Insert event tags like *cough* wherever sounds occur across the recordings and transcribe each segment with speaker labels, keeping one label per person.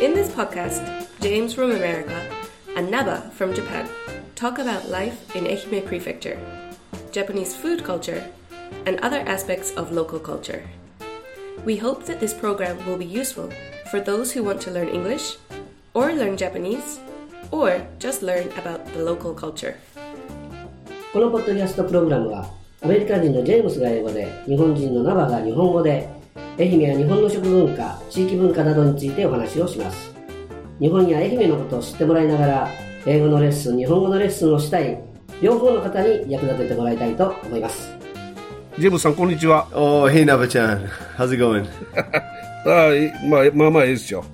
Speaker 1: In this podcast, James from America and Naba from Japan talk about life in Ehime Prefecture, Japanese food culture, and other aspects of local culture. We hope that this program will be useful for those who want to learn English, or learn Japanese, or just learn about the local culture.
Speaker 2: このポッドキャストプログラムはアメリカ人のジェームスが英語で日本人のナバが日本語で愛媛や日本の食文化地域文化などについてお話をします日本や愛媛のことを知ってもらいながら英語のレッスン日本語のレッスンをしたい両方の方に役立ててもらいたいと思います
Speaker 3: ジェームスさん、こんにちは。
Speaker 4: Oh, hey Nava-chan, how's it going?
Speaker 3: あいまあ、まあまあ、いいですよ。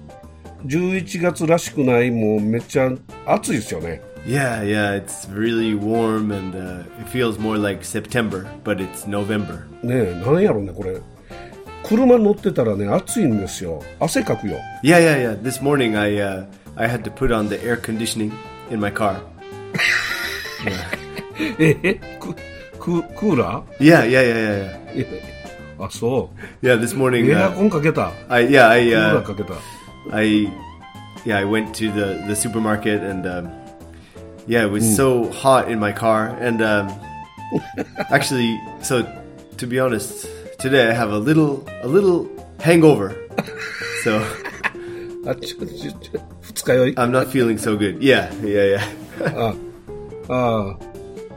Speaker 3: 11月らしくない、もうめっちゃ暑いですよね。
Speaker 4: yeah, yeah, it's really warm and uh, it feels more like September, but it's November.
Speaker 3: ねえ、なんやろね、これ。車乗ってたらね、暑いんですよ。汗かくよ。
Speaker 4: Yeah, yeah, yeah. This morning I uh, I had to put on the air conditioning in my car.
Speaker 3: ええクククーラ
Speaker 4: Yeah, yeah, yeah, yeah. yeah.
Speaker 3: ーいやあ、そ
Speaker 4: Yeah, this
Speaker 3: う。
Speaker 4: morning
Speaker 3: エアコ
Speaker 4: uh,
Speaker 3: ンかけた。
Speaker 4: I yeah, I
Speaker 3: クーラーか
Speaker 4: uh,
Speaker 3: けた。
Speaker 4: I yeah, I went to the the supermarket and um, yeah, it was so hot in my car and um, actually so to be honest, today I have a little a little hangover. So
Speaker 3: あ、ちょ、ちょ、ちょ、二日酔い。あ
Speaker 4: I'm not feeling so good. Yeah, yeah, yeah.
Speaker 3: あ。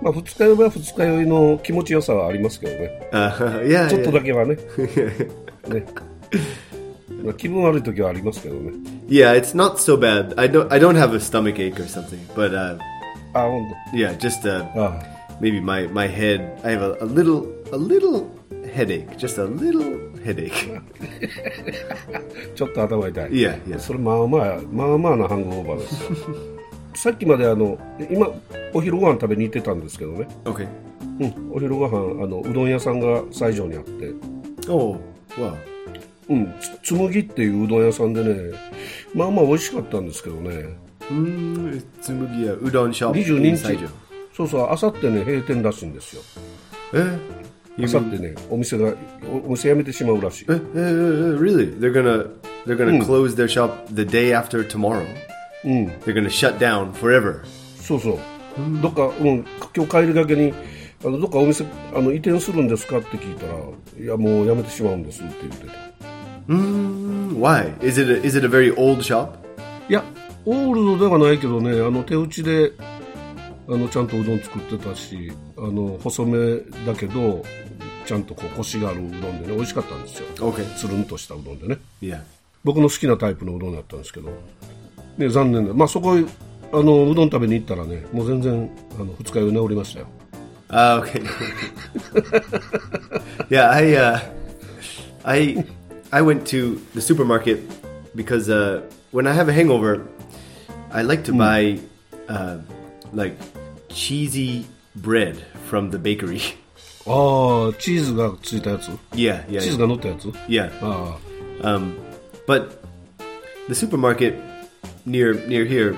Speaker 3: まあ、二日酔いは二日酔いの気持ちよさはありますけどね。
Speaker 4: Uh, *laughs* yeah,
Speaker 3: ちょっと
Speaker 4: yeah.
Speaker 3: だけ *laughs* はね。ね。まあ気分悪い時はありますけどね。
Speaker 4: yeah, it's not so bad. I don't, I don't have a stomach ache or something, but uh,
Speaker 3: あ、本
Speaker 4: yeah, just uh,
Speaker 3: 当。ああ。
Speaker 4: maybe my, my head. I have a, a little, a little headache, just a little headache.
Speaker 3: ちょっと頭痛い。
Speaker 4: いやいや
Speaker 3: それまあまあ、まあまあなハングオーバーですよ。 *laughs* さっきまであの、今、お昼ご飯食べに行ってたんですけどね。
Speaker 4: Okay.
Speaker 3: うん、お昼ご飯、あの、うどん屋さんが西条にあって、
Speaker 4: Oh, wow.
Speaker 3: うん、つつむぎっていううどん屋さんでね、まあまあ美味しかったんですけどね。
Speaker 4: Mm, it's Tsurugiya udon shop
Speaker 3: 22
Speaker 4: in
Speaker 3: 日
Speaker 4: Saijo.、
Speaker 3: そうそう、あさってね、閉店らしいんですよ。
Speaker 4: Eh?
Speaker 3: あさってね、お店が、おお店辞めてしまうらしい
Speaker 4: Eh,。eh, eh, eh, really? They're gonna, they're gonna close their shop the day after tomorrow. They're gonna shut down forever.
Speaker 3: そうそう、どっか、うん、今日帰りがけに、あのどっかお店あの移転するんですかって聞いたら、いや、もうやめてしまうんですって言ってて、
Speaker 4: Mm, why? Is it, a, is it a very old shop?
Speaker 3: いや、オールドではないけどね、あの手打ちであのちゃんとうどん作ってたし、あの細めだけど、ちゃんとこうコシがあるうどんでね、美味しかったんですよ、
Speaker 4: Okay.
Speaker 3: つるんとしたうどんでね、
Speaker 4: Yeah.
Speaker 3: 僕の好きなタイプのうどんだったんですけど、ね、残念な、まあ、そこへあのうどん食べに行ったらね、もう全然あの二日酔い治りましたよ。
Speaker 4: Ah, okay. *laughs* yeah, I, uh, I, I went to the supermarket because uh, when I have a hangover, I like to buy uh, like cheesy bread from the bakery. *laughs*
Speaker 3: ああ、チーズがついたやつ
Speaker 4: yeah, yeah,
Speaker 3: チーズ
Speaker 4: yeah.
Speaker 3: が乗ったやつ
Speaker 4: yeah.
Speaker 3: あ
Speaker 4: Um, but the supermarket near near here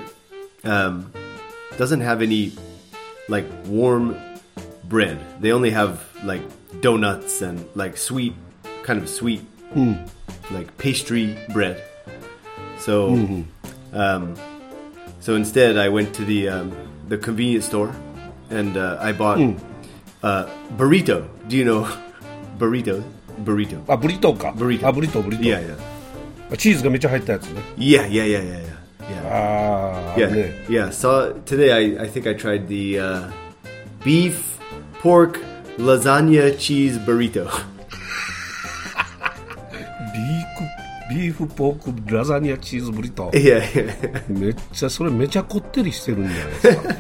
Speaker 4: um, doesn't have any like warm bread. They only have like donuts and like sweet, kind of sweet, like pastry bread. So, um, so instead, I went to the um, the convenience store and uh, I bought uh, burrito. Do you know *laughs* burrito? Burrito.
Speaker 3: あ。あ、ブリトーか。
Speaker 4: Ah, Burrito.
Speaker 3: あ、ブリトー、ブリトー。
Speaker 4: Yeah, yeah.
Speaker 3: あチーズがめっちゃ入ったやつね。
Speaker 4: Yeah, yeah, yeah, yeah, yeah. Yeah.
Speaker 3: ああ、
Speaker 4: Ah, yeah,
Speaker 3: ね。
Speaker 4: yeah. Saw today. I, I think I tried the uh, beef, pork, lasagna, cheese burrito. *laughs*
Speaker 3: ビーフ、ビーフポーク、ラザニア、チーズ、ブリトー。
Speaker 4: yeah, yeah,
Speaker 3: めっちゃ、それめちゃこってりしてるんじゃないです *laughs* か。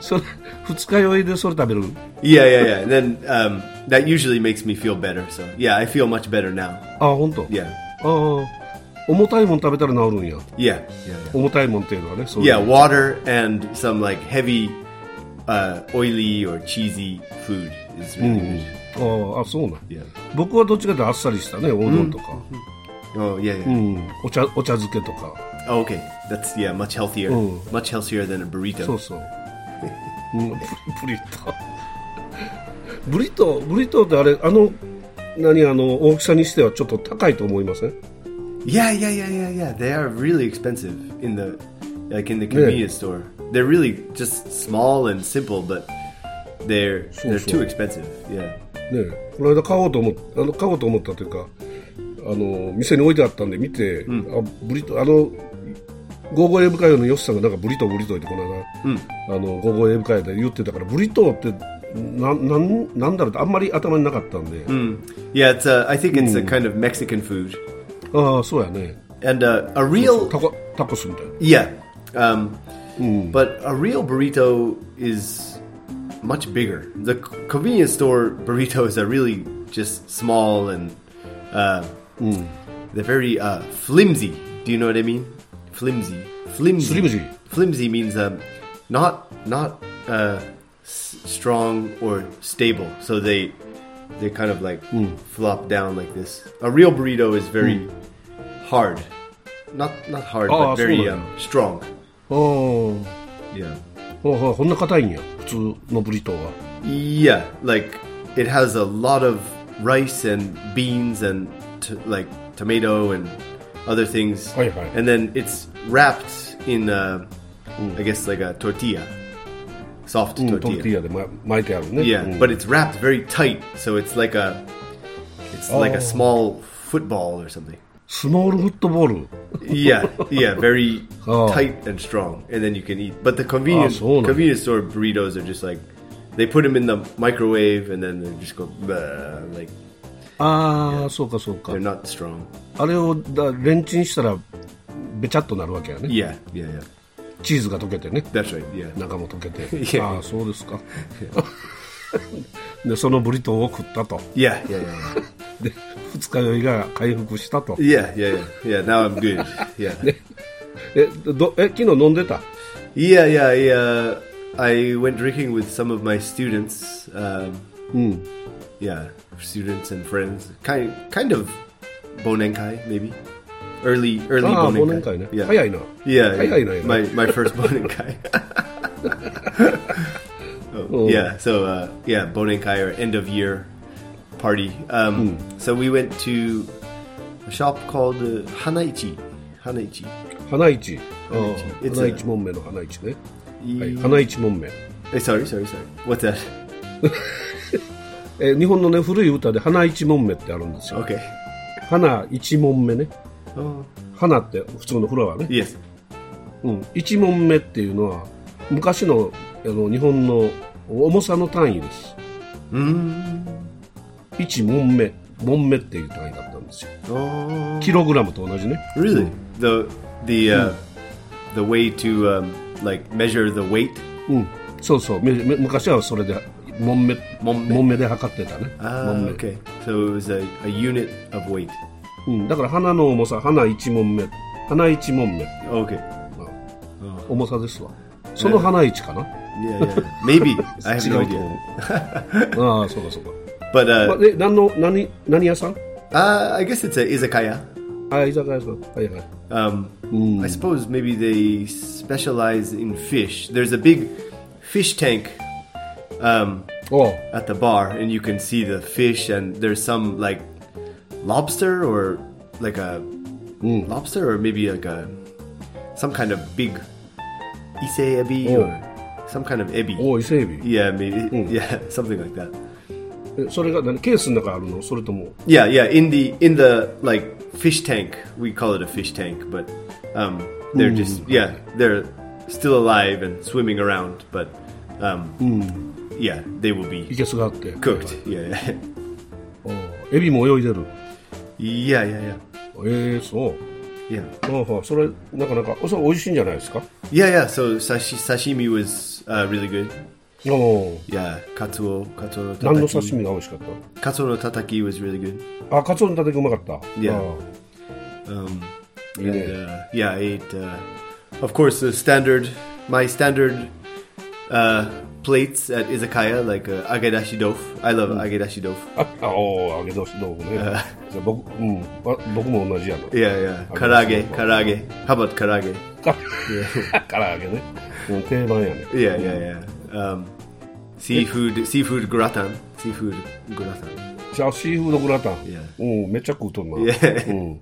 Speaker 3: それ、二日酔いでそれ食べる
Speaker 4: yeah, yeah. And then um, that usually makes me feel better. So yeah, I feel much better now.
Speaker 3: ああ、ほんと。
Speaker 4: Yeah,
Speaker 3: ああ、重たいもん食べたら治るんや。
Speaker 4: yeah, yeah, yeah.
Speaker 3: 重たいもんっていうのはね、そういう
Speaker 4: Yeah, water and some like heavy, uh, oily or cheesy food is really good.
Speaker 3: ああ、そうなん。
Speaker 4: Yeah.
Speaker 3: 僕はどっちかというとあっさりしたね、おうどんとか。
Speaker 4: Oh yeah, yeah.
Speaker 3: うん、お茶お茶漬けとか
Speaker 4: Oh, okay, that's yeah, much healthier.
Speaker 3: Mm.
Speaker 4: Much healthier than a burrito.
Speaker 3: そうそう、うん、 *laughs* ブリブリトーブリトーブリトーってあれあの何あの大きさにしてはちょっと高いと思いません
Speaker 4: Yeah, yeah, yeah, yeah, yeah. They are really expensive in the like in the convenience store. They're really just small and simple, but they're
Speaker 3: So,
Speaker 4: they're
Speaker 3: so.
Speaker 4: too expensive. Yeah.
Speaker 3: ねえこの間買おうと思っあの買おうと思ったというかあの店に置いてあったんで見て、あブリトあのゴーゴーエブカヨのヨシさんがなんかブリトーブリトーってこの間、あのゴーゴーエブカヨで言ってたからブリトーってななんなんだろうってあんまり頭になかったんで、
Speaker 4: Yeah, it's a, I think it's a kind of Mexican food.
Speaker 3: ああそうやね
Speaker 4: And uh, a real
Speaker 3: タコタコスみたい
Speaker 4: yeah. Um, but a real burrito is much bigger. The c- convenience store burritos are really just small and uh, they're very uh, flimsy. Do you know what I mean? Flimsy. Flimsy.
Speaker 3: Flimsy.
Speaker 4: Flimsy means um, not not uh, s- strong or stable. So they they kind of like flop down like this. A real burrito is very hard, not not hard,
Speaker 3: Oh,
Speaker 4: but very
Speaker 3: absolutely.
Speaker 4: um, strong.
Speaker 3: なああ
Speaker 4: Yeah.
Speaker 3: ほうほうこんな硬いんや普通のブリトーは
Speaker 4: Yeah, like it has a lot of rice and beans and t- like tomato and other things.
Speaker 3: Hi, hi.
Speaker 4: And then it's wrapped in, uh, I guess, like a tortilla, soft
Speaker 3: うん
Speaker 4: tortilla.
Speaker 3: トルティーヤで、ま、巻いてあるね
Speaker 4: Yeah,
Speaker 3: うん
Speaker 4: but it's wrapped very tight, so it's like a, it's like a small football or something.
Speaker 3: スモールフットボール
Speaker 4: yeah, yeah, very
Speaker 3: Oh.
Speaker 4: tight and strong, and then you can eat. But the convenience
Speaker 3: so nice.
Speaker 4: convenience store burritos are just like they put them in the microwave and then they just go "Bleh," like
Speaker 3: ああそうかそうか
Speaker 4: they're not strong.
Speaker 3: あれをだレンチンしたらべちゃっとなるわけやね
Speaker 4: Yeah, yeah, yeah.
Speaker 3: チーズが溶けてね
Speaker 4: That's right. Yeah,
Speaker 3: 中も溶けて
Speaker 4: いや
Speaker 3: ああそうですか *laughs* でそのブリトーを食ったと
Speaker 4: yeah, yeah, yeah,
Speaker 3: で二日酔いが回復したと
Speaker 4: yeah, yeah, yeah, yeah. yeah now I'm good. Yeah,
Speaker 3: えどえ昨日飲んでた
Speaker 4: yeah, yeah, yeah. I went drinking with some of my students. Um, Yeah, students and friends. Kind kind of bonenkai maybe. Early early
Speaker 3: ああ
Speaker 4: Ah, bonenkai.
Speaker 3: 忘年会ね
Speaker 4: Yeah.
Speaker 3: 早いな
Speaker 4: Yeah,
Speaker 3: 早いな
Speaker 4: yeah.
Speaker 3: よ
Speaker 4: My my first *laughs* Bonenkai. oh, Yeah, so uh, yeah, Bonenkai or end of year party. Um, So we went to a shop called uh, Hanaichi. Hanaichi.
Speaker 3: 花市ああ
Speaker 4: 花市
Speaker 3: 花市門目の花市ね、はい、
Speaker 4: Y-
Speaker 3: 花市門目
Speaker 4: Eh, sorry, sorry, sorry. What's that? *laughs*
Speaker 3: え日本のね古い歌で花一門目ってあるんですよ
Speaker 4: Okay.
Speaker 3: 花一門目ね
Speaker 4: Oh,
Speaker 3: 花って普通のフラワーね
Speaker 4: yes.
Speaker 3: うん、1問目っていうのは昔のあの日本の重さの単位です1問目問目っていう単位だったんですよ
Speaker 4: Oh,
Speaker 3: キログラムと同じね
Speaker 4: really? The the uh, the way to um, like measure the weight.
Speaker 3: うんそうそうめめ昔はそれで問目
Speaker 4: 問目
Speaker 3: 問目で測ってたね
Speaker 4: Ah,
Speaker 3: 問目
Speaker 4: okay. So it was a, a unit of weight.
Speaker 3: うん、だから花の重さ花1問目花1問目、
Speaker 4: Okay.
Speaker 3: まあ、重さですわその花1かな
Speaker 4: *laughs* Yeah, yeah. Maybe I have no
Speaker 3: 違うと
Speaker 4: idea.
Speaker 3: 思うああそうかそうか、
Speaker 4: But uh,
Speaker 3: まあ、え何の何何屋さん
Speaker 4: uh, I guess it's a izakaya.
Speaker 3: あ居酒屋さんはいはい
Speaker 4: Um, I suppose maybe they specialize in fish. There's a big fish tank um,
Speaker 3: おう
Speaker 4: at the bar, and you can see the fish. And there's some like lobster or like a lobster or maybe like a some kind of big ise ebi
Speaker 3: Oh.
Speaker 4: or some kind of ebi.
Speaker 3: おう伊勢海老
Speaker 4: Yeah, maybe *laughs* yeah, something like that.
Speaker 3: えそれが何ケースの中あるのそれとも
Speaker 4: Yeah, yeah. In the in the like fish tank, we call it a fish tank, but um, they're just yeah, they're still alive and swimming around, but um, yeah, they will
Speaker 3: い
Speaker 4: be
Speaker 3: けすがあって。
Speaker 4: cooked. Yeah, *laughs*
Speaker 3: おうエビも泳いでる。
Speaker 4: yeah, yeah, yeah,
Speaker 3: ええそう。
Speaker 4: yeah,
Speaker 3: ほうほうそれ、なかなか、それ美味しいんじゃないですか
Speaker 4: yeah, yeah. So sashi, sashimi was uh, really good.
Speaker 3: おお
Speaker 4: Yeah, katsuo, katsuo no
Speaker 3: 何の
Speaker 4: tataki.
Speaker 3: 刺身が美味しかっ
Speaker 4: Katsuo no tataki was really good.
Speaker 3: たあ、カツオのたてくうまかった。
Speaker 4: いや
Speaker 3: あ
Speaker 4: Um,
Speaker 3: You
Speaker 4: and,
Speaker 3: did.
Speaker 4: uh, yeah, I ate, uh, of course, the standard, my standard uh, plates at izakaya, like uh, agedashi dofu. I love agedashi dofu.
Speaker 3: ああ、おお揚げ出し豆腐ね。じゃあ僕、うん、あ僕も同じやの。
Speaker 4: Yeah, yeah.
Speaker 3: Agedashi
Speaker 4: Karage,
Speaker 3: dofu.
Speaker 4: karage. How about karage?
Speaker 3: か、から揚 *laughs* げね。うん定番やね。
Speaker 4: Yeah, yeah, yeah. Um, seafood, seafood gratin. Seafood gratin.
Speaker 3: チャーシー風のグラタン。
Speaker 4: Yeah.
Speaker 3: うん、めっちゃ食うとんな。
Speaker 4: Yeah. *laughs*
Speaker 3: うん。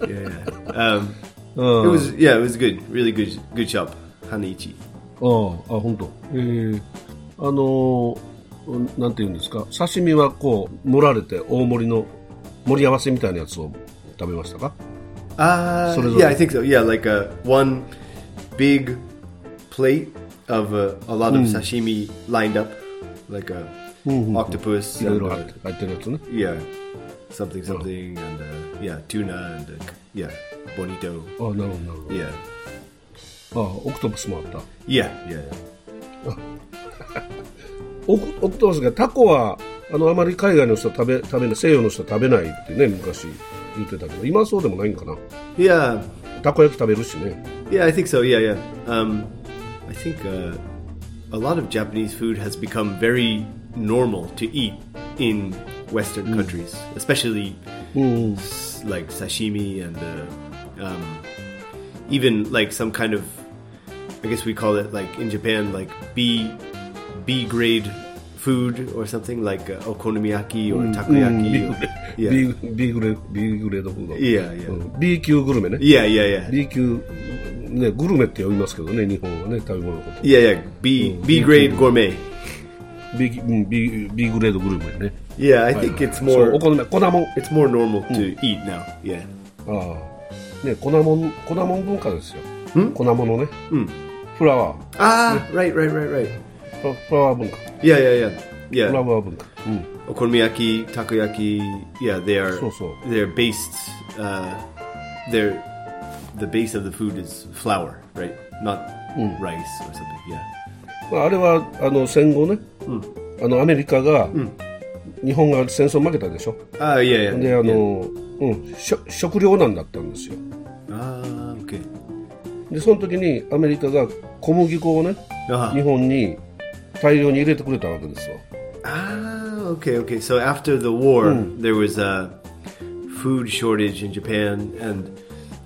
Speaker 4: Yeah. Um,
Speaker 3: うん
Speaker 4: it was yeah, it was good. Really good good shop. Hanichi.
Speaker 3: ああ、あ、本当。えー、あのーうんなんて言うんですか、刺身はこう、盛られて、大盛りの盛り合わせみたいなやつを食べましたか
Speaker 4: Uh,
Speaker 3: Sort of
Speaker 4: yeah,
Speaker 3: like-
Speaker 4: I think so. Yeah, like a one big plate of uh, a lot of sashimi lined up, like a octopus.
Speaker 3: いろいろ
Speaker 4: and, uh,
Speaker 3: 入って入ってるやつね。
Speaker 4: yeah, something something, and uh, yeah, tuna and uh, yeah, bonito.
Speaker 3: ああ、なるほど、なる
Speaker 4: Yeah,
Speaker 3: ほど。ああ、オクトパスもあった。
Speaker 4: yeah, yeah.
Speaker 3: オクオクトパスが、タコは、あの、あまり海外の人は食べ、食べない、西洋の人は食べないってね、昔言ってたけど、今はそうでもないんかな。
Speaker 4: Yeah,
Speaker 3: たこ焼き食べるしね。
Speaker 4: yeah, I think so. Yeah, yeah. Um, I think uh, a lot of Japanese food has become very normal to eat in Western countries, especially s- like sashimi and uh, um, even like some kind of, I guess we call it like in Japan, like B B grade food or something like uh, okonomiyaki or
Speaker 3: *laughs*
Speaker 4: takoyaki. or- yeah.
Speaker 3: mm. B, B グレ B グレードフード。
Speaker 4: いやいや
Speaker 3: うん B 級グルメね。
Speaker 4: yeah, yeah, yeah.
Speaker 3: B 級、ね、グルメって呼びますけどね、日本はね、食べ物のこと。
Speaker 4: Yeah, yeah. B B grade gourmet.
Speaker 3: B, うん B, B グレードグルメね。
Speaker 4: Yeah, I think it's
Speaker 3: そう
Speaker 4: more
Speaker 3: お好み粉もん。
Speaker 4: it's more normal to eat now. Yeah.
Speaker 3: ああ。ね、粉もん、粉もん文化ですよ。粉ものね。フラワー。
Speaker 4: Ah, right, right, right, right.
Speaker 3: フラフラワー文化。
Speaker 4: Yeah, yeah, yeah.
Speaker 3: フラ
Speaker 4: Yeah.
Speaker 3: ワー文化。うん。
Speaker 4: Okonomiyaki, takoyaki, yeah, they are
Speaker 3: So, so.
Speaker 4: they're based uh they're the base of the food is flour, right? Not rice or something. Yeah.
Speaker 3: まあ、あれは、あの、戦後ね。あの、アメリカが、日本が戦争負けたでしょ。
Speaker 4: Ah, yeah, yeah.
Speaker 3: で、あ
Speaker 4: yeah.
Speaker 3: の、うん、しょ食糧難だったんですよ。
Speaker 4: Ah, okay.
Speaker 3: で、その時にアメリカが小麦粉をね、
Speaker 4: Ah.
Speaker 3: 日本に大量に入れてくれたわけですよ。
Speaker 4: Ah, okay, okay. So after the war, there was a food shortage in Japan and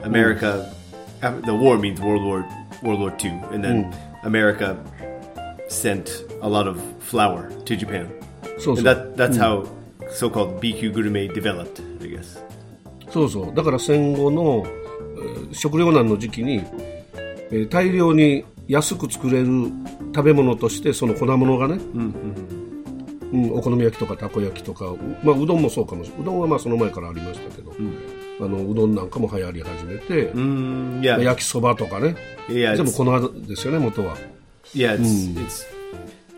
Speaker 4: America. af- The war means World War World War Two, and then America sent a lot of flour to Japan,
Speaker 3: そうそ
Speaker 4: and
Speaker 3: う。
Speaker 4: that that's how so-called BQ gurame developed, I guess.
Speaker 3: そうそう。だから戦後の、えー食糧難の時期に、えー大量に安く作れる食べ物として、その粉物がね、うんお好み焼きとかたこ焼きとか、うまあ、うどんもそうかもしれない。うどんはまあその前からありましたけど、あのうどんなんかも流行り始めて、
Speaker 4: Mm, yeah, yeah,
Speaker 3: 焼きそばとかね、
Speaker 4: yeah,
Speaker 3: 全部
Speaker 4: it's,
Speaker 3: 粉ですよね、元は。
Speaker 4: yeah, it's, it's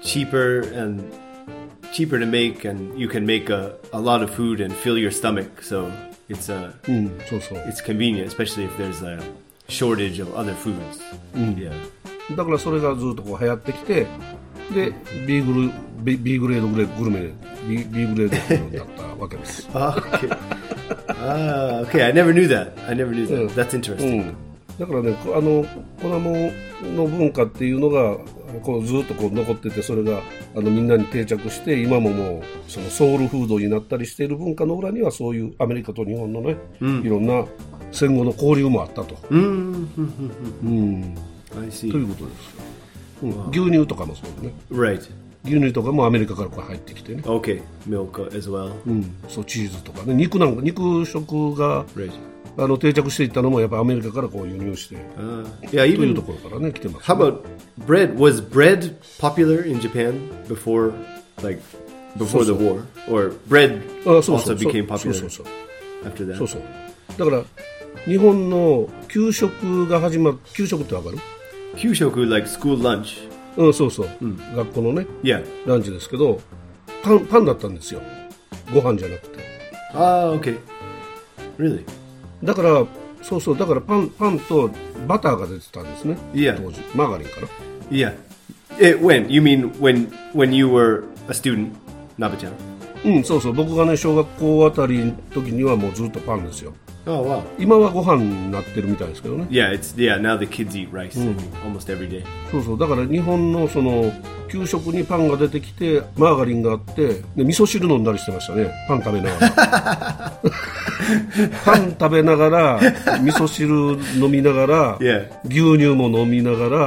Speaker 4: cheaper and cheaper to make, and you can make a, a lot of food and fill your stomach. So it's a
Speaker 3: うん、そうそう。
Speaker 4: it's convenient, especially if there's a shortage of other foods. Yeah.
Speaker 3: だからそれがずっとこう流行ってきて、で、B グル、B, B グレードグレグルメ、B, B グレードグルメだったわけです。
Speaker 4: *laughs* Ah, okay. ah, okay. I never knew that. I never knew
Speaker 3: Yeah.
Speaker 4: that. That's
Speaker 3: う
Speaker 4: interesting.
Speaker 3: ん、だからね、こあの粉もの文化っていうのがこうずっとこう残ってて、それがあのみんなに定着して、今ももうそのソウルフードになったりしている文化の裏には、そういうアメリカと日本のね、いろんな戦後の交流もあったと、とい
Speaker 4: I see.
Speaker 3: うことですよ、うん牛乳とかもそうね、
Speaker 4: Right.
Speaker 3: 牛乳とかもアメリカからこう入ってきてね、
Speaker 4: Okay. Milk as well.
Speaker 3: うん、そうチーズとかね、肉なんか、肉食が
Speaker 4: Right.
Speaker 3: あの定着していったのも、やっぱアメリカからこう輸入して。
Speaker 4: Uh, yeah.
Speaker 3: という
Speaker 4: Even
Speaker 3: ところからね来てます、ね。
Speaker 4: how about bread? Was bread popular in Japan before, like, before the war, or bread
Speaker 3: あそうそ
Speaker 4: also
Speaker 3: うそう
Speaker 4: became
Speaker 3: そう
Speaker 4: popular
Speaker 3: そうそう
Speaker 4: after
Speaker 3: そう
Speaker 4: that?
Speaker 3: そうだから日本の給食が始まる給食ってわかる
Speaker 4: Kyushoku, like school lunch.
Speaker 3: うんそうそう、学校のね
Speaker 4: Yeah.
Speaker 3: ランチですけどパンパンだったんですよご飯じゃなくて
Speaker 4: Ah, okay. Really?
Speaker 3: だからそうそうだからパンパンとバターが出てたんですね
Speaker 4: いや
Speaker 3: 当時マーガリンかな
Speaker 4: Yeah. It, when you mean when when you were a student, Nabachan?
Speaker 3: うんそうそう僕がね小学校あたりの時にはもうずっとパンですよ
Speaker 4: Oh wow.
Speaker 3: 今はご飯になってるみたいですけどね
Speaker 4: Yeah, it's yeah. Now the kids eat rice almost every day.
Speaker 3: そうそうだから日本のその給食にパンが出てきてマーガリンがあってで味噌汁飲んだりしてましたねパン食べながらパン食べながら味噌汁飲みながら
Speaker 4: Yeah.
Speaker 3: 牛乳も飲みながら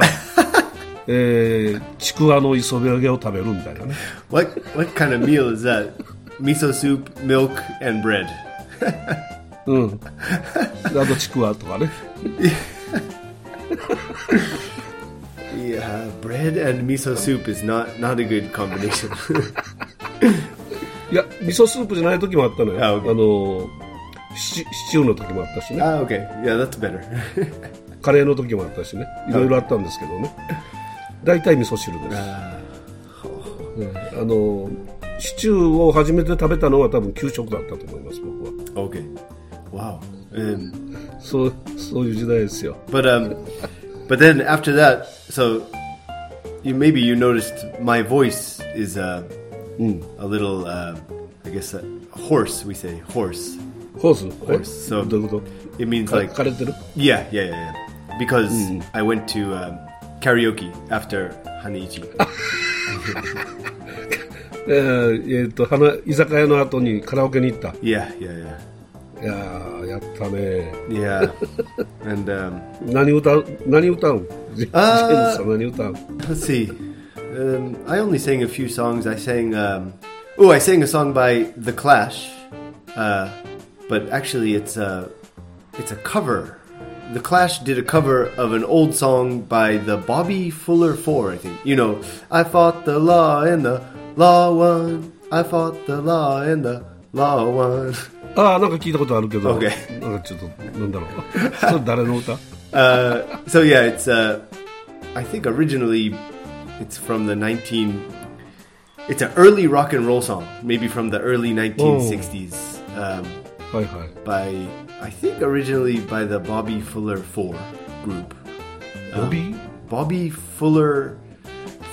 Speaker 3: ええーちくわの磯辺揚げを食べるみたいなね
Speaker 4: What what kind of meal is that? Miso soup, milk, and bread.
Speaker 3: うんあとちくわとかね
Speaker 4: Yeah, Uh, bread and miso soup is not not a good combination.
Speaker 3: いや味噌スープじゃない時もあったのよ
Speaker 4: あ
Speaker 3: あ
Speaker 4: OK
Speaker 3: のシチシチューの時もあったしね
Speaker 4: *laughs* ah, okay. Yeah, that's better. *laughs*
Speaker 3: カレーの時もあったしねいろいろあったんですけどね大体味噌汁です、うんあのシチューを初めて食べたのは多分給食だったと思います僕は
Speaker 4: okay. Wow. Um,
Speaker 3: そうそういう時代ですよ
Speaker 4: But um, but then after that, so you maybe you noticed my voice is uh, a little, uh, I guess, uh, hoarse. We say hoarse.
Speaker 3: ホースホ
Speaker 4: ースそう
Speaker 3: どういうこ
Speaker 4: It means
Speaker 3: と、
Speaker 4: like
Speaker 3: か枯れてる
Speaker 4: yeah, yeah, yeah, yeah. Because I went to um, karaoke after Haniichi.
Speaker 3: えーえーと花居酒屋の後にカラオケに行った
Speaker 4: yeah, yeah, yeah,
Speaker 3: いやーやったね
Speaker 4: yeah. and um,
Speaker 3: 何歌う何歌うんジェームズさん何歌うん
Speaker 4: let's see. Um, I only sang a few songs. I sang. Um, oh, I sang a song by The Clash, uh, but actually, it's a it's a cover. The Clash did a cover of an old song by the Bobby Fuller Four, I think. You know, I fought the law and the law won. I fought the law and the law won. *laughs*
Speaker 3: ああなんか聞いたことあるけど、
Speaker 4: OK
Speaker 3: なんかちょっとなんだろう *laughs* それ誰の歌
Speaker 4: Uh, so yeah, it's uh, I think originally it's from the 19. It's an early rock and roll song, maybe from the early 1960s, um,
Speaker 3: はいはい、
Speaker 4: by I think originally by the Bobby Fuller Four group.
Speaker 3: ボビー
Speaker 4: Bobby Fuller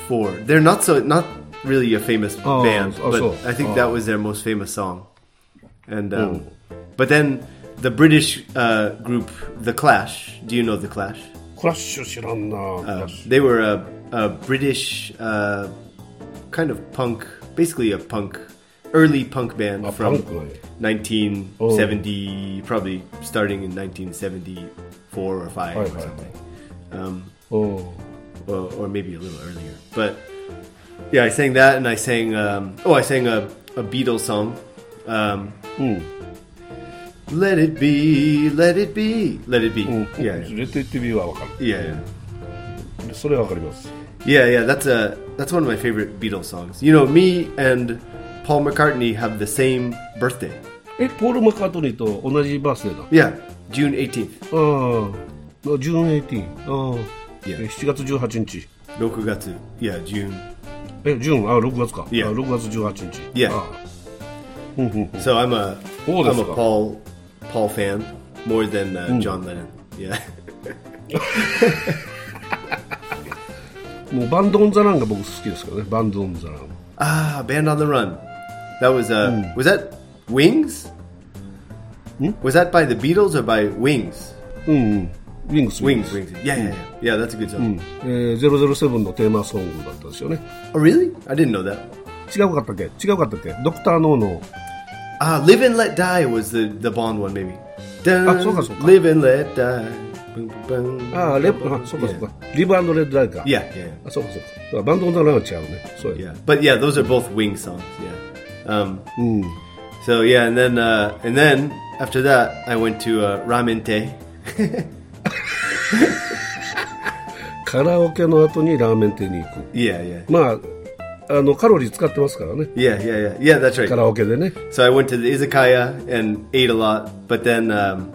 Speaker 4: Four. They're not so not really a famous
Speaker 3: Oh,
Speaker 4: band,
Speaker 3: oh,
Speaker 4: but
Speaker 3: so,
Speaker 4: I think
Speaker 3: oh.
Speaker 4: that was their most famous song. And um, but then the British uh, group, The Clash. Do you know The Clash?
Speaker 3: クラッシュ知らんな、クラッシュ
Speaker 4: They were a, a British uh, kind of punk, basically a punk, early punk band
Speaker 3: A
Speaker 4: from
Speaker 3: punk band.
Speaker 4: 1970, probably starting in 1974 or 5
Speaker 3: Right,
Speaker 4: or
Speaker 3: right,
Speaker 4: something, um,
Speaker 3: おう
Speaker 4: or, or maybe a little earlier. But yeah, I sang that, and I sang um, oh, I sang a, a Beatles song. Um, Let it be, let it be, let it be.
Speaker 3: うん
Speaker 4: Yeah,
Speaker 3: 連
Speaker 4: yeah,
Speaker 3: れて行ってみようはわか
Speaker 4: yeah. yeah.
Speaker 3: るそれはわかります
Speaker 4: Yeah, yeah, that's a that's one of my favorite Beatles songs. You know, me and Paul McCartney have the same birthday.
Speaker 3: えポール・マカートニーと同じバースデーだ
Speaker 4: Yeah, June 18th.
Speaker 3: ああジューン18ああ
Speaker 4: Yeah.
Speaker 3: え7月18日
Speaker 4: Rokugatsu. Yeah, June.
Speaker 3: えジューンあ6月か、
Speaker 4: Yeah.
Speaker 3: あ6月18日
Speaker 4: Yeah.
Speaker 3: ああうんうんうん
Speaker 4: So I'm a
Speaker 3: Oh,
Speaker 4: am
Speaker 3: that's
Speaker 4: a
Speaker 3: cool.
Speaker 4: Paul Paul fan more than uh, John Lennon. Yeah. *laughs*
Speaker 3: もうバンド・オン・ザ・ランが僕好きですからねバンド・オン・ザ・ラン
Speaker 4: Ah, Band on the Run. That was uh was that Wings? Was that by the Beatles or by Wings?
Speaker 3: うんうんウィングス
Speaker 4: Wings, Wings. Yeah, yeah, yeah. Yeah, that's a good song.
Speaker 3: えー、007のテーマソングだったですよね
Speaker 4: Oh, really? I didn't know that.
Speaker 3: 違うかったっけ違うかったっけドクター・ノーの
Speaker 4: Ah, Live and Let Die was the, the Bond one, maybe. Dun,
Speaker 3: あ、そうか、そうか。
Speaker 4: Live and Let Die. Boom, boom, boom.
Speaker 3: ああレブあそうかそうか、リブレッド・ライカ
Speaker 4: Yeah, yeah,
Speaker 3: あそうかそうかだからバンド・オン・ザ・ランは違うねそうや
Speaker 4: yeah. But yeah, those are both Wing songs. Yeah. Um, So yeah, and then uh, and then after that, I went to uh, Ramen Te.
Speaker 3: カラオケの後にラーメン店に行く
Speaker 4: *laughs* Yeah, yeah,
Speaker 3: まああのカロリー使ってますからね
Speaker 4: yeah, yeah, yeah. Yeah, that's
Speaker 3: カ
Speaker 4: right.
Speaker 3: ラオケでね
Speaker 4: So I went to the izakaya and ate a lot, but then um,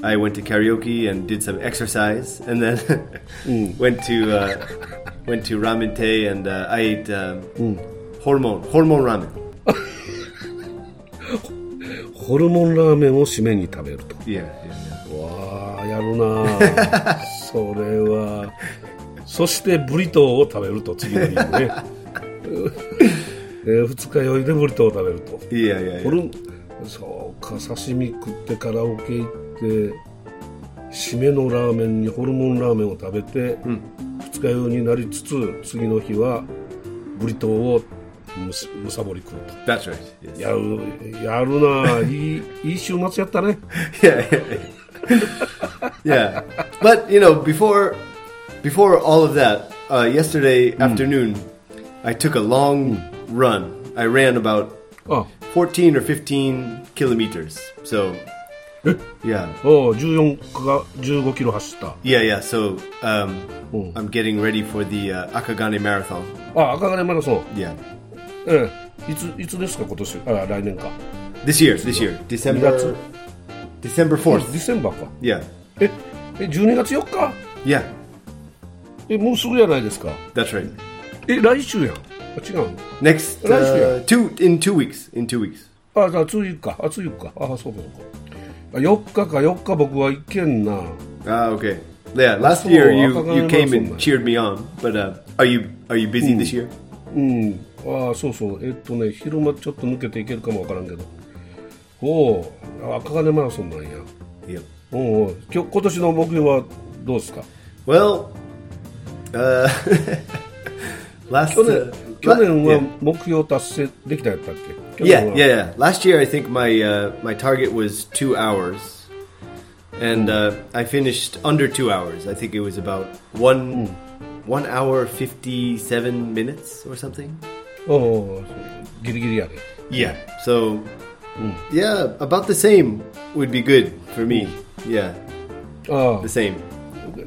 Speaker 4: I went to karaoke and did some exercise, and then *laughs* went to uh, went to ramen te and uh, I ate um, hormone hormone ramen.
Speaker 3: ホルモンラーメンを締めに食べると
Speaker 4: Yeah, yeah, yeah.
Speaker 3: わあやるな *laughs* あそれはそしてブリトーを食べると次の日に *laughs* ねえー二日酔いでブリトーを食べると
Speaker 4: yeah, yeah,
Speaker 3: ホ
Speaker 4: yeah.
Speaker 3: ルンそうか刺身食ってカラオケ行って締めのラーメンにホルモンラーメンを食べて、二日酔いになりつつ次の日はブリトーをむすむさぼり食うと
Speaker 4: That's right. Yes.
Speaker 3: やるやるなあいいいい週末やったね
Speaker 4: *laughs* Yeah, yeah, yeah. yeah. But you know, before before all of that, uh, yesterday afternoon, I took a long run. I ran about
Speaker 3: あ
Speaker 4: 14 or 15 kilometers. So,
Speaker 3: え
Speaker 4: yeah.
Speaker 3: おう14区が15キロ走った
Speaker 4: Yeah, yeah. So, um,
Speaker 3: Oh.
Speaker 4: I'm getting ready for the uh, Akagane Marathon.
Speaker 3: あ赤金マラソン
Speaker 4: Yeah.
Speaker 3: ええいついつですか今年あ来年か
Speaker 4: This year, this year.
Speaker 3: 2
Speaker 4: December
Speaker 3: 月
Speaker 4: December
Speaker 3: デ
Speaker 4: 4th.
Speaker 3: ィセンバーか
Speaker 4: Yeah.
Speaker 3: ええ12月4日
Speaker 4: Yeah.
Speaker 3: えもうすぐやないですか
Speaker 4: That's right.
Speaker 3: え来週やんあ違うの
Speaker 4: Next
Speaker 3: Nice,
Speaker 4: uh, two in 2 weeks. In 2 weeks.
Speaker 3: あ、じゃあ、通か。あ、通か。あ、そうか、そうか。あ4日か、4日僕は行けんな。
Speaker 4: Ah, okay. Yeah, last
Speaker 3: so
Speaker 4: year you,
Speaker 3: Akagane
Speaker 4: you came
Speaker 3: Marathon.
Speaker 4: and cheered me on, but uh, are you are you busy this year?
Speaker 3: うん。あそうそう。えっとね、昼間ちょっと抜けていけるかもわからんけど。おお、あ赤金マラソンなんや。
Speaker 4: Yep.
Speaker 3: おうおうきょ今年の目標はどうですか
Speaker 4: Well, uh, *laughs* last
Speaker 3: 去年
Speaker 4: uh,
Speaker 3: 去
Speaker 4: la-
Speaker 3: 年は
Speaker 4: yeah.
Speaker 3: 目標達成できたやったっけ去
Speaker 4: yeah, yeah,
Speaker 3: 年は
Speaker 4: yeah. Last year, I think my uh, my target was two hours, and uh, I finished under two hours. I think it was about one one hour fifty seven minutes or something.
Speaker 3: おうおうギリギリやで。
Speaker 4: Yeah. Hmm. So, yeah, about the same would be good for me. Yeah,
Speaker 3: ああ
Speaker 4: the same.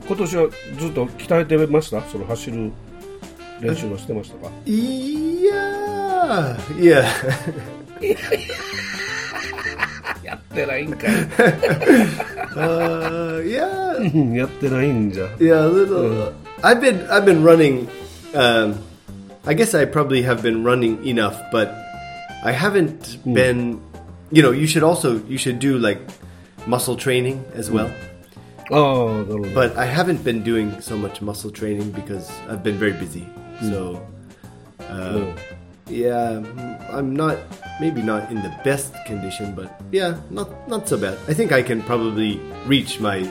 Speaker 3: 今年はずっと鍛えてましたその走る練習はしてましたか
Speaker 4: Yeah, yeah. *laughs*
Speaker 3: やってないんかい。
Speaker 4: Uh, *laughs* yeah.
Speaker 3: うんやってないんじゃ。
Speaker 4: Yeah, a little. uh, I've been I've been running. Um, I guess I probably have been running enough, but I haven't been. You know, you should also you should do like muscle training as well.
Speaker 3: ああ、なるほど。
Speaker 4: But I haven't been doing so much muscle training because I've been very busy. So, uh, yeah, mm, I'm not maybe not in the best condition, but yeah, not not so bad. I think I can probably reach my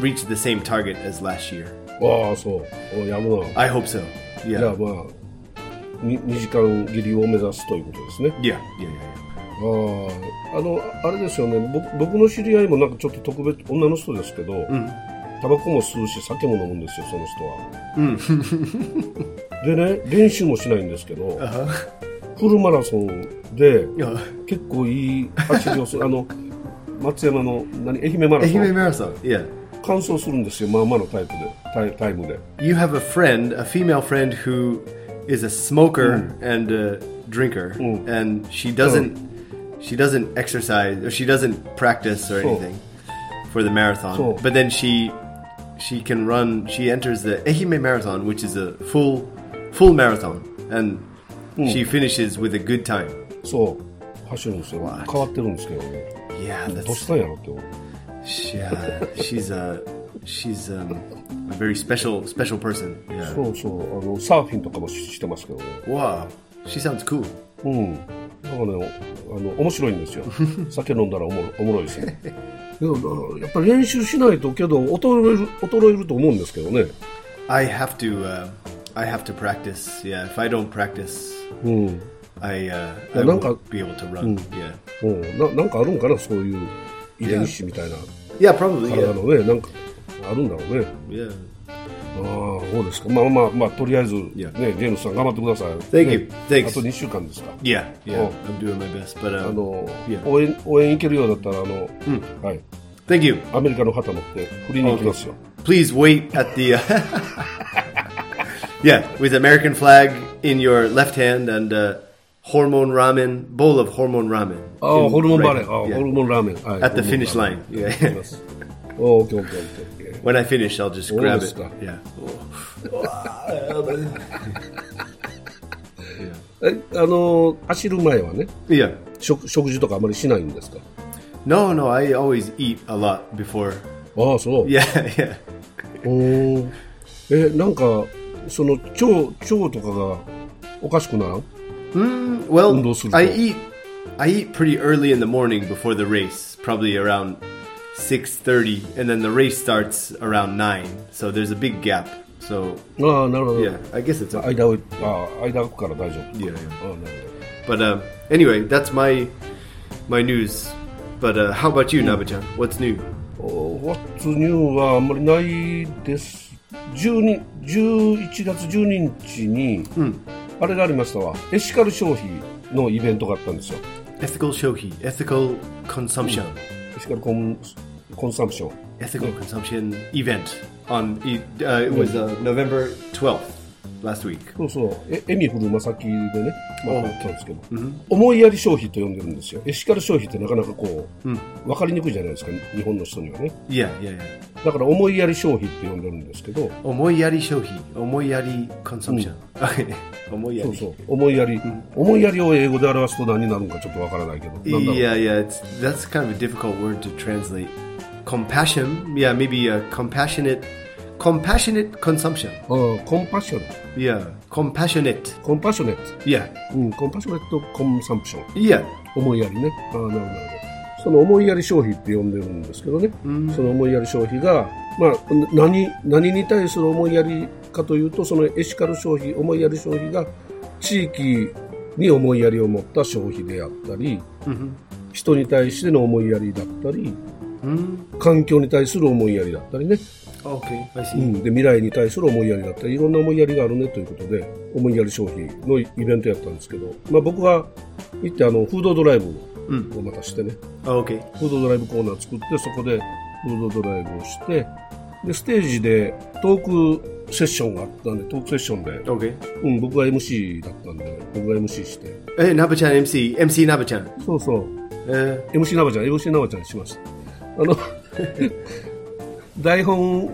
Speaker 4: reach the same target as last year.
Speaker 3: ああ、そう。おやるな。
Speaker 4: I hope so.
Speaker 3: じゃあ
Speaker 4: Yeah.
Speaker 3: まあ、に2時間切りを目指すということですね。
Speaker 4: Yeah. Yeah. Yeah.
Speaker 3: ああ、あの、あれですよね、僕僕の知り合いもなんかちょっと特別、女の人ですけど、タバコも吸うし、酒も飲むんですよ、その人は。 *laughs* でね、練習もしないんですけ *laughs* ど、フルマラソンで、
Speaker 4: yeah. yeah.
Speaker 3: 結構いい走りをする、あの、松山の、何、愛媛マラソ
Speaker 4: Ehime
Speaker 3: ン、
Speaker 4: Marathon. Yeah.
Speaker 3: 完走するんですよ、まあまあのタイプで、タイタイムで。
Speaker 4: You have a friend, a female friend who is a smoker and a drinker, and she doesn't she doesn't exercise or she doesn't practice or
Speaker 3: So.
Speaker 4: anything for the marathon.
Speaker 3: So.
Speaker 4: But then she she can run. She enters the Ehime Marathon, which is a full full marathon, and she finishes with a good time.
Speaker 3: そう、走るんですよ。
Speaker 4: What?
Speaker 3: 変わってるんですけどね。
Speaker 4: Yeah,
Speaker 3: どう
Speaker 4: that's
Speaker 3: したんやろって思う
Speaker 4: Yeah, uh, she's a she's um, a very special special person. Yeah.
Speaker 3: そうそうあのサーフィンとかもししてますけどね
Speaker 4: Wow, she sounds cool.
Speaker 3: うんなんかねおあの面白いんです *laughs* よ酒飲んだらおもろおもろいですよでもやっぱり練習しないとけど衰える衰えると思うんですけどね
Speaker 4: I have to uh, I have to practice. Yeah, if I don't practice,
Speaker 3: うん、
Speaker 4: I uh, I
Speaker 3: Yeah,
Speaker 4: won't
Speaker 3: なんか-
Speaker 4: be able to run. Yeah,
Speaker 3: うん、ななんかあるんかなそういう遺伝子みたいな
Speaker 4: yeah, probably.
Speaker 3: 体
Speaker 4: Yeah,
Speaker 3: のねなんかあるんだろうね
Speaker 4: yeah.
Speaker 3: ああそうですかまあまあまあとりあえず、ね
Speaker 4: Yeah.
Speaker 3: ジェームスさん頑張ってください
Speaker 4: Thank you.
Speaker 3: ねあと
Speaker 4: Thanks.
Speaker 3: 2週間ですか
Speaker 4: Yeah, yeah.
Speaker 3: Oh.
Speaker 4: I'm doing my best, but
Speaker 3: あ
Speaker 4: um,
Speaker 3: の、
Speaker 4: Yeah.
Speaker 3: 応援応援行けるようだったらあの、はい
Speaker 4: thank you.
Speaker 3: アメリカの旗持って振りに行きますよ。
Speaker 4: Please wait at the. Uh, *laughs* yeah, with American flag in your left hand and uh, hormone ramen bowl of hormone ramen.
Speaker 3: ああ、
Speaker 4: in
Speaker 3: ホルモン
Speaker 4: right
Speaker 3: バレー。
Speaker 4: hand.
Speaker 3: ああ、
Speaker 4: Yeah.
Speaker 3: ホルモンラーメン。はい。
Speaker 4: At the finish
Speaker 3: ホルモンラーメン
Speaker 4: line. Yeah.
Speaker 3: わかりますおーオッケーオッケーオッケー
Speaker 4: When I finish, I'll just
Speaker 3: Oh,
Speaker 4: grab
Speaker 3: this
Speaker 4: it.
Speaker 3: guy.
Speaker 4: Yeah.
Speaker 3: え、あのー走る前はね、
Speaker 4: Yeah.
Speaker 3: 食食事とかあまりしないんですか
Speaker 4: No, no, I always eat a lot before. *laughs*
Speaker 3: ああ、そう。
Speaker 4: Yeah, yeah.
Speaker 3: うーん。え、なんか、その、腸、腸とかがおかしくならん
Speaker 4: Well,
Speaker 3: Undosul.
Speaker 4: I eat I eat pretty early in the morning before the race, probably around 6:30, and then the race starts around 9. So there's a big gap. So,
Speaker 3: ああ、なるほど。
Speaker 4: yeah, I guess it's okay.
Speaker 3: 間を、ああ、間空くから大丈夫。
Speaker 4: いやいや
Speaker 3: ああ、なる
Speaker 4: But um, anyway, that's my my news. But uh, how about you, Nabachan? What's new?
Speaker 3: ほど。お What's new はあんまりないです12 11月12日に、あれがありましたわエシカル消費のイベントがあったんですよ
Speaker 4: Ethical shohi, ethical consumption,
Speaker 3: エシカルコンコンサンプション
Speaker 4: ethical consumption event on e- uh, it was uh, November twelfth last week.
Speaker 3: そうそうえエミフル正木でね、まあ、やったんですけど、思いやり消費と呼んでるんですよエシカル消費ってなかなかこう、分かりにくいじゃないですか日本の人にはね
Speaker 4: Yeah, yeah, yeah.
Speaker 3: だから思いやり消費って呼んでるんですけど
Speaker 4: Omoyari shohi, omoyari consumption. *laughs* Okay,
Speaker 3: そう
Speaker 4: omoyari.
Speaker 3: そう思いやり、思いやりを英語で表すと何になるのかちょっとわからないけどなんだろう
Speaker 4: Yeah, yeah. It's that's kind of a difficult word to translate. Compassion. Yeah, maybe uh, compassionate, compassionate consumption.
Speaker 3: うんコンパッショネッ
Speaker 4: Yeah, compassionate.
Speaker 3: トコンパッショネッ
Speaker 4: Yeah,
Speaker 3: ト、うん、コンパッショネットコンサンプション
Speaker 4: yeah.
Speaker 3: 思いやりねああなるほどなるほどその思いやり消費って呼んでるんですけどね、その思いやり消費が、まあ、何何に対する思いやりかというとそのエシカル消費思いやり消費が地域に思いやりを持った消費であったり、
Speaker 4: Mm-hmm.
Speaker 3: 人に対しての思いやりだったり、環境に対する思いやりだったりね、
Speaker 4: Mm-hmm. Okay, I
Speaker 3: う
Speaker 4: see.
Speaker 3: ん、で未来に対する思いやりだったりいろんな思いやりがあるねということで思いやり消費のイベントやったんですけど、まあ、僕は行ってあのフードドライブをまたしてね、
Speaker 4: Oh, Mm. okay.
Speaker 3: フードドライブコーナー作ってそこでフードドライブをしてでステージでトークセッションがあったんでトークセッションで、
Speaker 4: Okay.
Speaker 3: うん、僕が MC だったんで僕が MC して
Speaker 4: Hey, Nabachan, MC, MC Nabachan.
Speaker 3: そうそう
Speaker 4: Uh,
Speaker 3: MC ナバちゃん MC ナバちゃんにしましたあの *laughs* 台本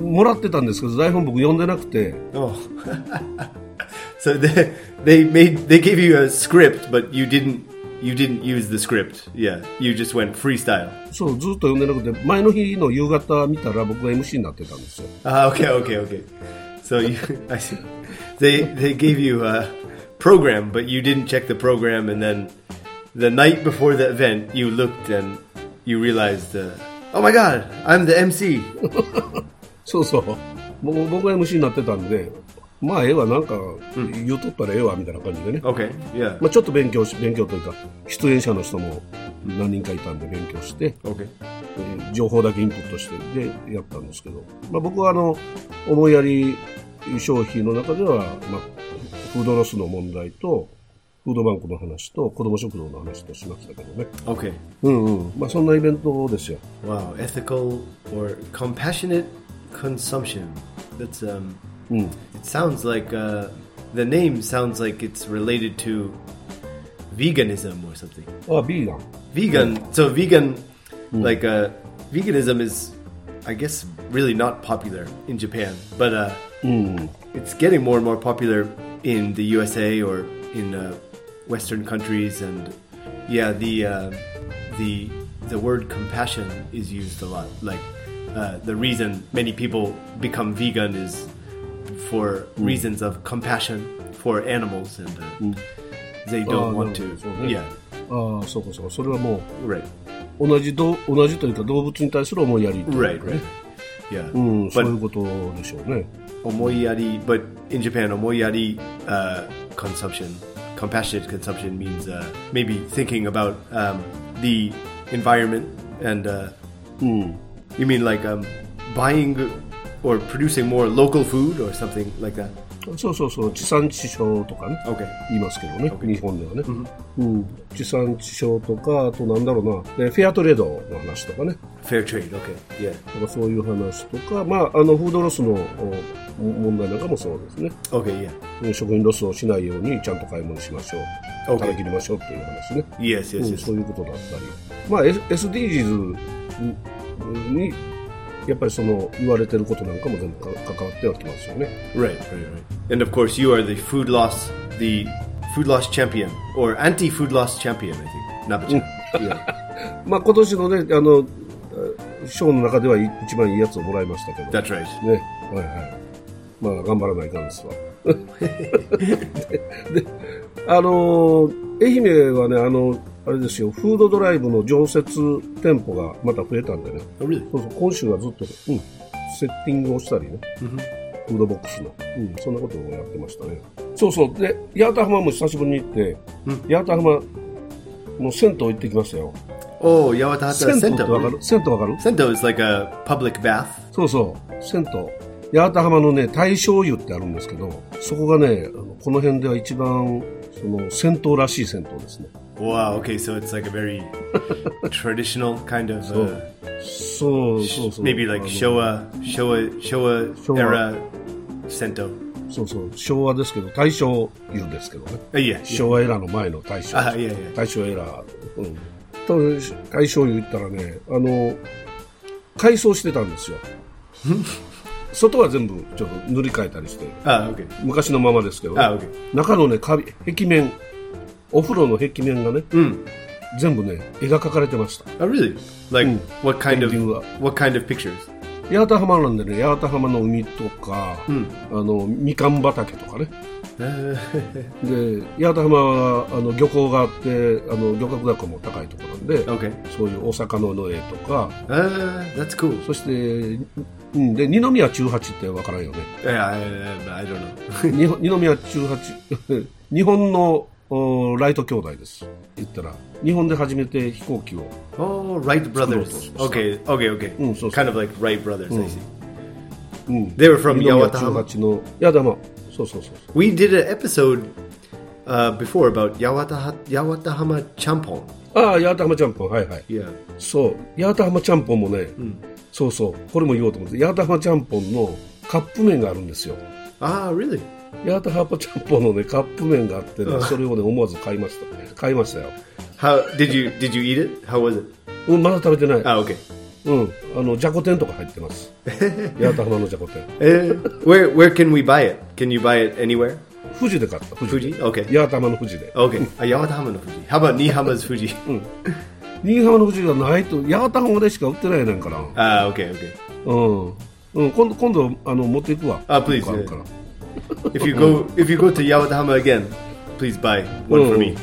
Speaker 3: もらってたんですけど台本僕読んでなくて
Speaker 4: oh. *laughs* so they they made they gave you a script, but you didn't you didn't use the script. Yeah, you just went freestyle.
Speaker 3: そうずっと読んでなくて前の日の夕方見たら僕が MC になってたんですよ
Speaker 4: Ah, okay, okay, okay. So you, *laughs* I see. They they gave you a program, but you didn't check the program, and then the night before the event, you looked and you realized, uh, oh my god, I'm the MC.
Speaker 3: そうそうもう僕が MC になってたんでまあええわなんか言うとったらええわみたいな感じでね、
Speaker 4: Okay, yeah,
Speaker 3: まあ、ちょっと勉強し勉強というか出演者の人も何人かいたんで勉強して、
Speaker 4: okay.
Speaker 3: えー情報だけインプットしてでやったんですけど、まあ、僕はあの思いやり消費の中では、まあ、フードロスの問題とフードバンクの話と子ども食堂の話としましたけどね、
Speaker 4: Okay.
Speaker 3: うんうんまあ、そんなイベントですよ
Speaker 4: Wow, ethical or compassionate consumption. That's um it sounds like uh the name sounds like it's related to veganism or something.
Speaker 3: あビーガン
Speaker 4: Vegan. So vegan
Speaker 3: Hmm.
Speaker 4: like uh veganism is I guess really not popular in Japan, but uh
Speaker 3: Hmm.
Speaker 4: it's getting more and more popular in the USA or in uh, western countries and yeah, the uh, the the word compassion is used a lot. Like uh, the reason many people become vegan is for
Speaker 3: Hmm.
Speaker 4: reasons of compassion for animals, and uh, they
Speaker 3: Oh,
Speaker 4: don't want
Speaker 3: no,
Speaker 4: to.
Speaker 3: so, yeah.
Speaker 4: Yeah,
Speaker 3: ああそうかそうかそれはも
Speaker 4: right,
Speaker 3: う同じど同じというか動物に対する思いやりというかね
Speaker 4: right, right. Yeah,
Speaker 3: うん、そういう
Speaker 4: but
Speaker 3: ことでしょうね
Speaker 4: omoyari, but in Japan, omoyari uh, consumption, compassionate consumption means uh, maybe thinking about um, the environment and. Uh, You mean like um, buying or producing more local food or something like that?
Speaker 3: そうそうそう地産地消とかね
Speaker 4: Okay.
Speaker 3: 言いますけどね、日本ではね、うん、地産地消とか、あとなんだろうな、えフェアトレードの話とかね、
Speaker 4: Fair trade. Okay. Yeah.
Speaker 3: なんかそういう話とか、まあ、あのフードロスのお問題なんかもそうですね、
Speaker 4: Okay. Yeah.
Speaker 3: うん食品ロスをしないようにちゃんと買い物しましょう、
Speaker 4: Okay
Speaker 3: 食べきりましょうっていう話ね、
Speaker 4: Yes.
Speaker 3: う
Speaker 4: Yes.
Speaker 3: ん、
Speaker 4: Yes.
Speaker 3: そういうことだったり、まあ、S- SDGs ににやっぱりその言われてることなんかも全部か関わってはきますよね。
Speaker 4: Right. Right. Right. And of course, you are the food loss, the food loss champion or anti-food loss champion. I think. Nabuchan. *laughs*
Speaker 3: まあ、今年のね、あの、えショーの中ではい一番いいやつをもらいましたけど。
Speaker 4: That's right.
Speaker 3: ね、はいはい。まあ、頑張らないかんですわ。 *laughs* でで、あのー愛媛はね、あの、あれですよ、フードドライブの常設店舗がまた増えたんでね、
Speaker 4: Oh, really?
Speaker 3: そうそう今週はずっと、うん、セッティングをしたりね、フードボックスの、うん、そんなことをやってましたね。そうそう、で、八幡浜も久しぶりに行って、八幡浜、もう銭湯行ってきましたよ。
Speaker 4: Oh, Yawatahata
Speaker 3: 銭湯ってわか
Speaker 4: Sento.
Speaker 3: る銭湯わかる
Speaker 4: Sento is like a public bath.
Speaker 3: そうそう、銭湯。八幡浜のね、大正湯ってあるんですけど、そこがね、あのこの辺では一番、その、銭湯らしい銭湯ですね。
Speaker 4: Wow. Okay, so it's like
Speaker 3: *laughs*
Speaker 4: a very traditional kind of uh,
Speaker 3: そうそうそう。
Speaker 4: maybe like
Speaker 3: あの
Speaker 4: Showa, Showa, Showa,
Speaker 3: um, Showa.
Speaker 4: era Sento.
Speaker 3: そうそう、昭和ですけど、大正湯ですけどね。
Speaker 4: Uh, yeah,
Speaker 3: 昭和エラーの前の大正。
Speaker 4: あいやいや
Speaker 3: 大正エラー。うん。ただ、大正湯行ったらね、あの、改装してたん
Speaker 4: *laughs*
Speaker 3: ですよ。外は全部ちょっと塗り替えたりして、
Speaker 4: Ah, okay.
Speaker 3: 昔のままですけど、
Speaker 4: あ OK
Speaker 3: 中のね、壁壁面、お風呂の壁面がね、全部ね、絵が描かれてました。
Speaker 4: Oh, really? Like what kind of
Speaker 3: Painting, uh,
Speaker 4: what kind of pictures?
Speaker 3: 八幡浜なんでね、八幡浜の海とか、あの、みかん畑とかね。で、八幡浜は、あの、漁港があって、あの、漁獲高も高いところなんで、
Speaker 4: Okay.
Speaker 3: そういうお魚の絵とか、
Speaker 4: Uh, that's cool.
Speaker 3: そして、うん、で、二宮中八ってわからんよね。 *laughs*
Speaker 4: Yeah, I, I, I don't know. *laughs*
Speaker 3: に二宮中八 *laughs* 日本のおライト兄弟です言ったら日本で初めて飛行機を
Speaker 4: oh, Wright brothers. Okay, okay, okay.
Speaker 3: Mm, so- Hmm.
Speaker 4: kind of like Wright brothers. I see.
Speaker 3: うん、
Speaker 4: They were from
Speaker 3: 二宮
Speaker 4: Yawatahama.
Speaker 3: 中八の八幡浜そうそうそうそう
Speaker 4: We did an episode uh, before about Yawataha, Yawatahama champon.
Speaker 3: ああ八幡浜ちゃんぽんはいはい
Speaker 4: Yeah.
Speaker 3: そう八幡浜ちゃんぽんもね、そうそうこれも言おうと思って八幡浜ちゃんぽんのカップ麺があるんですよ
Speaker 4: Ah, really?
Speaker 3: 八幡浜ちゃんぽんのねカップ麺があってねそれをね思わず買いました買いましたよ
Speaker 4: How did you did you eat it? How was it?
Speaker 3: うんまだ食べてない
Speaker 4: Ah, okay.
Speaker 3: うんあのじゃこ天とか入ってます八幡浜のじゃこ天
Speaker 4: Uh, where where can we buy it? Can you buy it anywhere?
Speaker 3: 富士で買った富士で
Speaker 4: Fuji? Okay.
Speaker 3: 八幡浜の富士で
Speaker 4: Okay. Ah, Yawatahama no Fuji. How about Nihama's *laughs* Fuji?
Speaker 3: 新居浜の富士がないと八幡浜でしか売ってないねんから
Speaker 4: Ah, okay, okay.
Speaker 3: うん、うん、今度今度あの持っていくわ
Speaker 4: あ please
Speaker 3: なんかあるから
Speaker 4: If you go if you go to Yawatahama again, please buy one for me.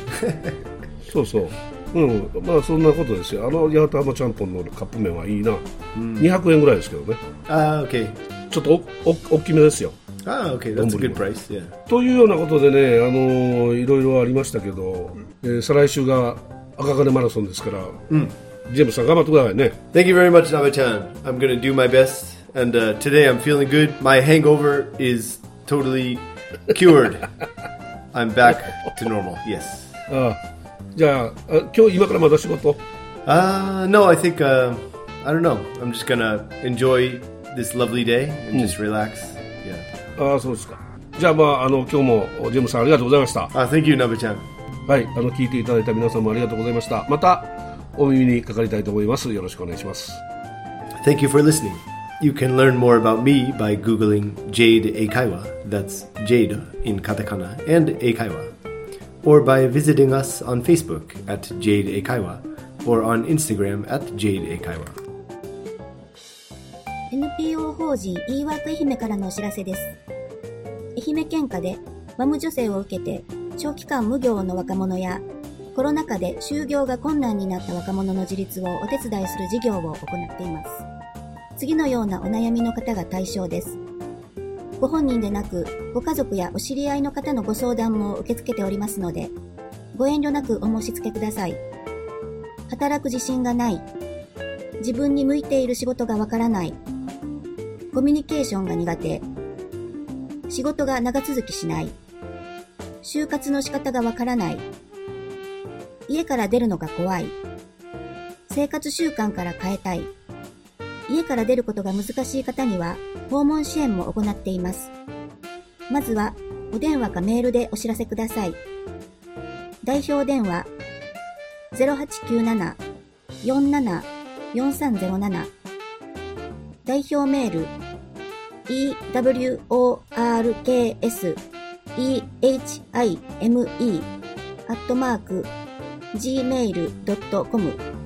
Speaker 3: そうそううんまあそんなことですよあの八幡浜ちゃんぽんのカップ麺はいいな、200円ぐらいですけどね
Speaker 4: Ah, okay.
Speaker 3: ちょっとおお大きめですよ
Speaker 4: Ah, okay. That's a good price. Yeah.
Speaker 3: というようなことでね、あのいろいろありましたけど、えー再来週が赤金マラソンですから、ジェームスさん頑張ってくださいね
Speaker 4: Thank you very much, Nava-chan. I'm gonna do my best, and uh, today I'm feeling good. My hangover is totally cured. I'm back to normal. Yes.
Speaker 3: ああじゃああ今日今からまた仕事
Speaker 4: Uh, no, I think uh, I don't know. I'm just gonna enjoy this lovely day and just relax. Yeah.
Speaker 3: ああそうですかじゃあまああの今日もジェームスさんありがとうございました
Speaker 4: Uh, thank you, Nava-chan.
Speaker 3: はい、あの聞いていただいた皆さんもありがとうございました。またお耳にかかりたいと思います。よろしくお願いします。
Speaker 4: Thank you for listening. You can learn more about me by googling Jade Eikaiwa. That's Jade in katakana and Eikaiwa. Or by visiting us on Facebook at Jade Eikaiwa or on Instagram at Jade Eikaiwa.
Speaker 5: NPO 法人 e ワーク愛媛からのお知らせです。愛媛県下でマム助成を受けて長期間無業の若者やコロナ禍で就業が困難になった若者の自立をお手伝いする事業を行っています。次のようなお悩みの方が対象です。ご本人でなくご家族やお知り合いの方のご相談も受け付けておりますのでご遠慮なくお申し付けください。働く自信がない自分に向いている仕事がわからないコミュニケーションが苦手。仕事が長続きしない。就活の仕方がわからない。家から出るのが怖い。生活習慣から変えたい。家から出ることが難しい方には、訪問支援も行っています。まずは、お電話かメールでお知らせください。代表電話0897-47-4307代表メール eworksehime アットマーク gmail.com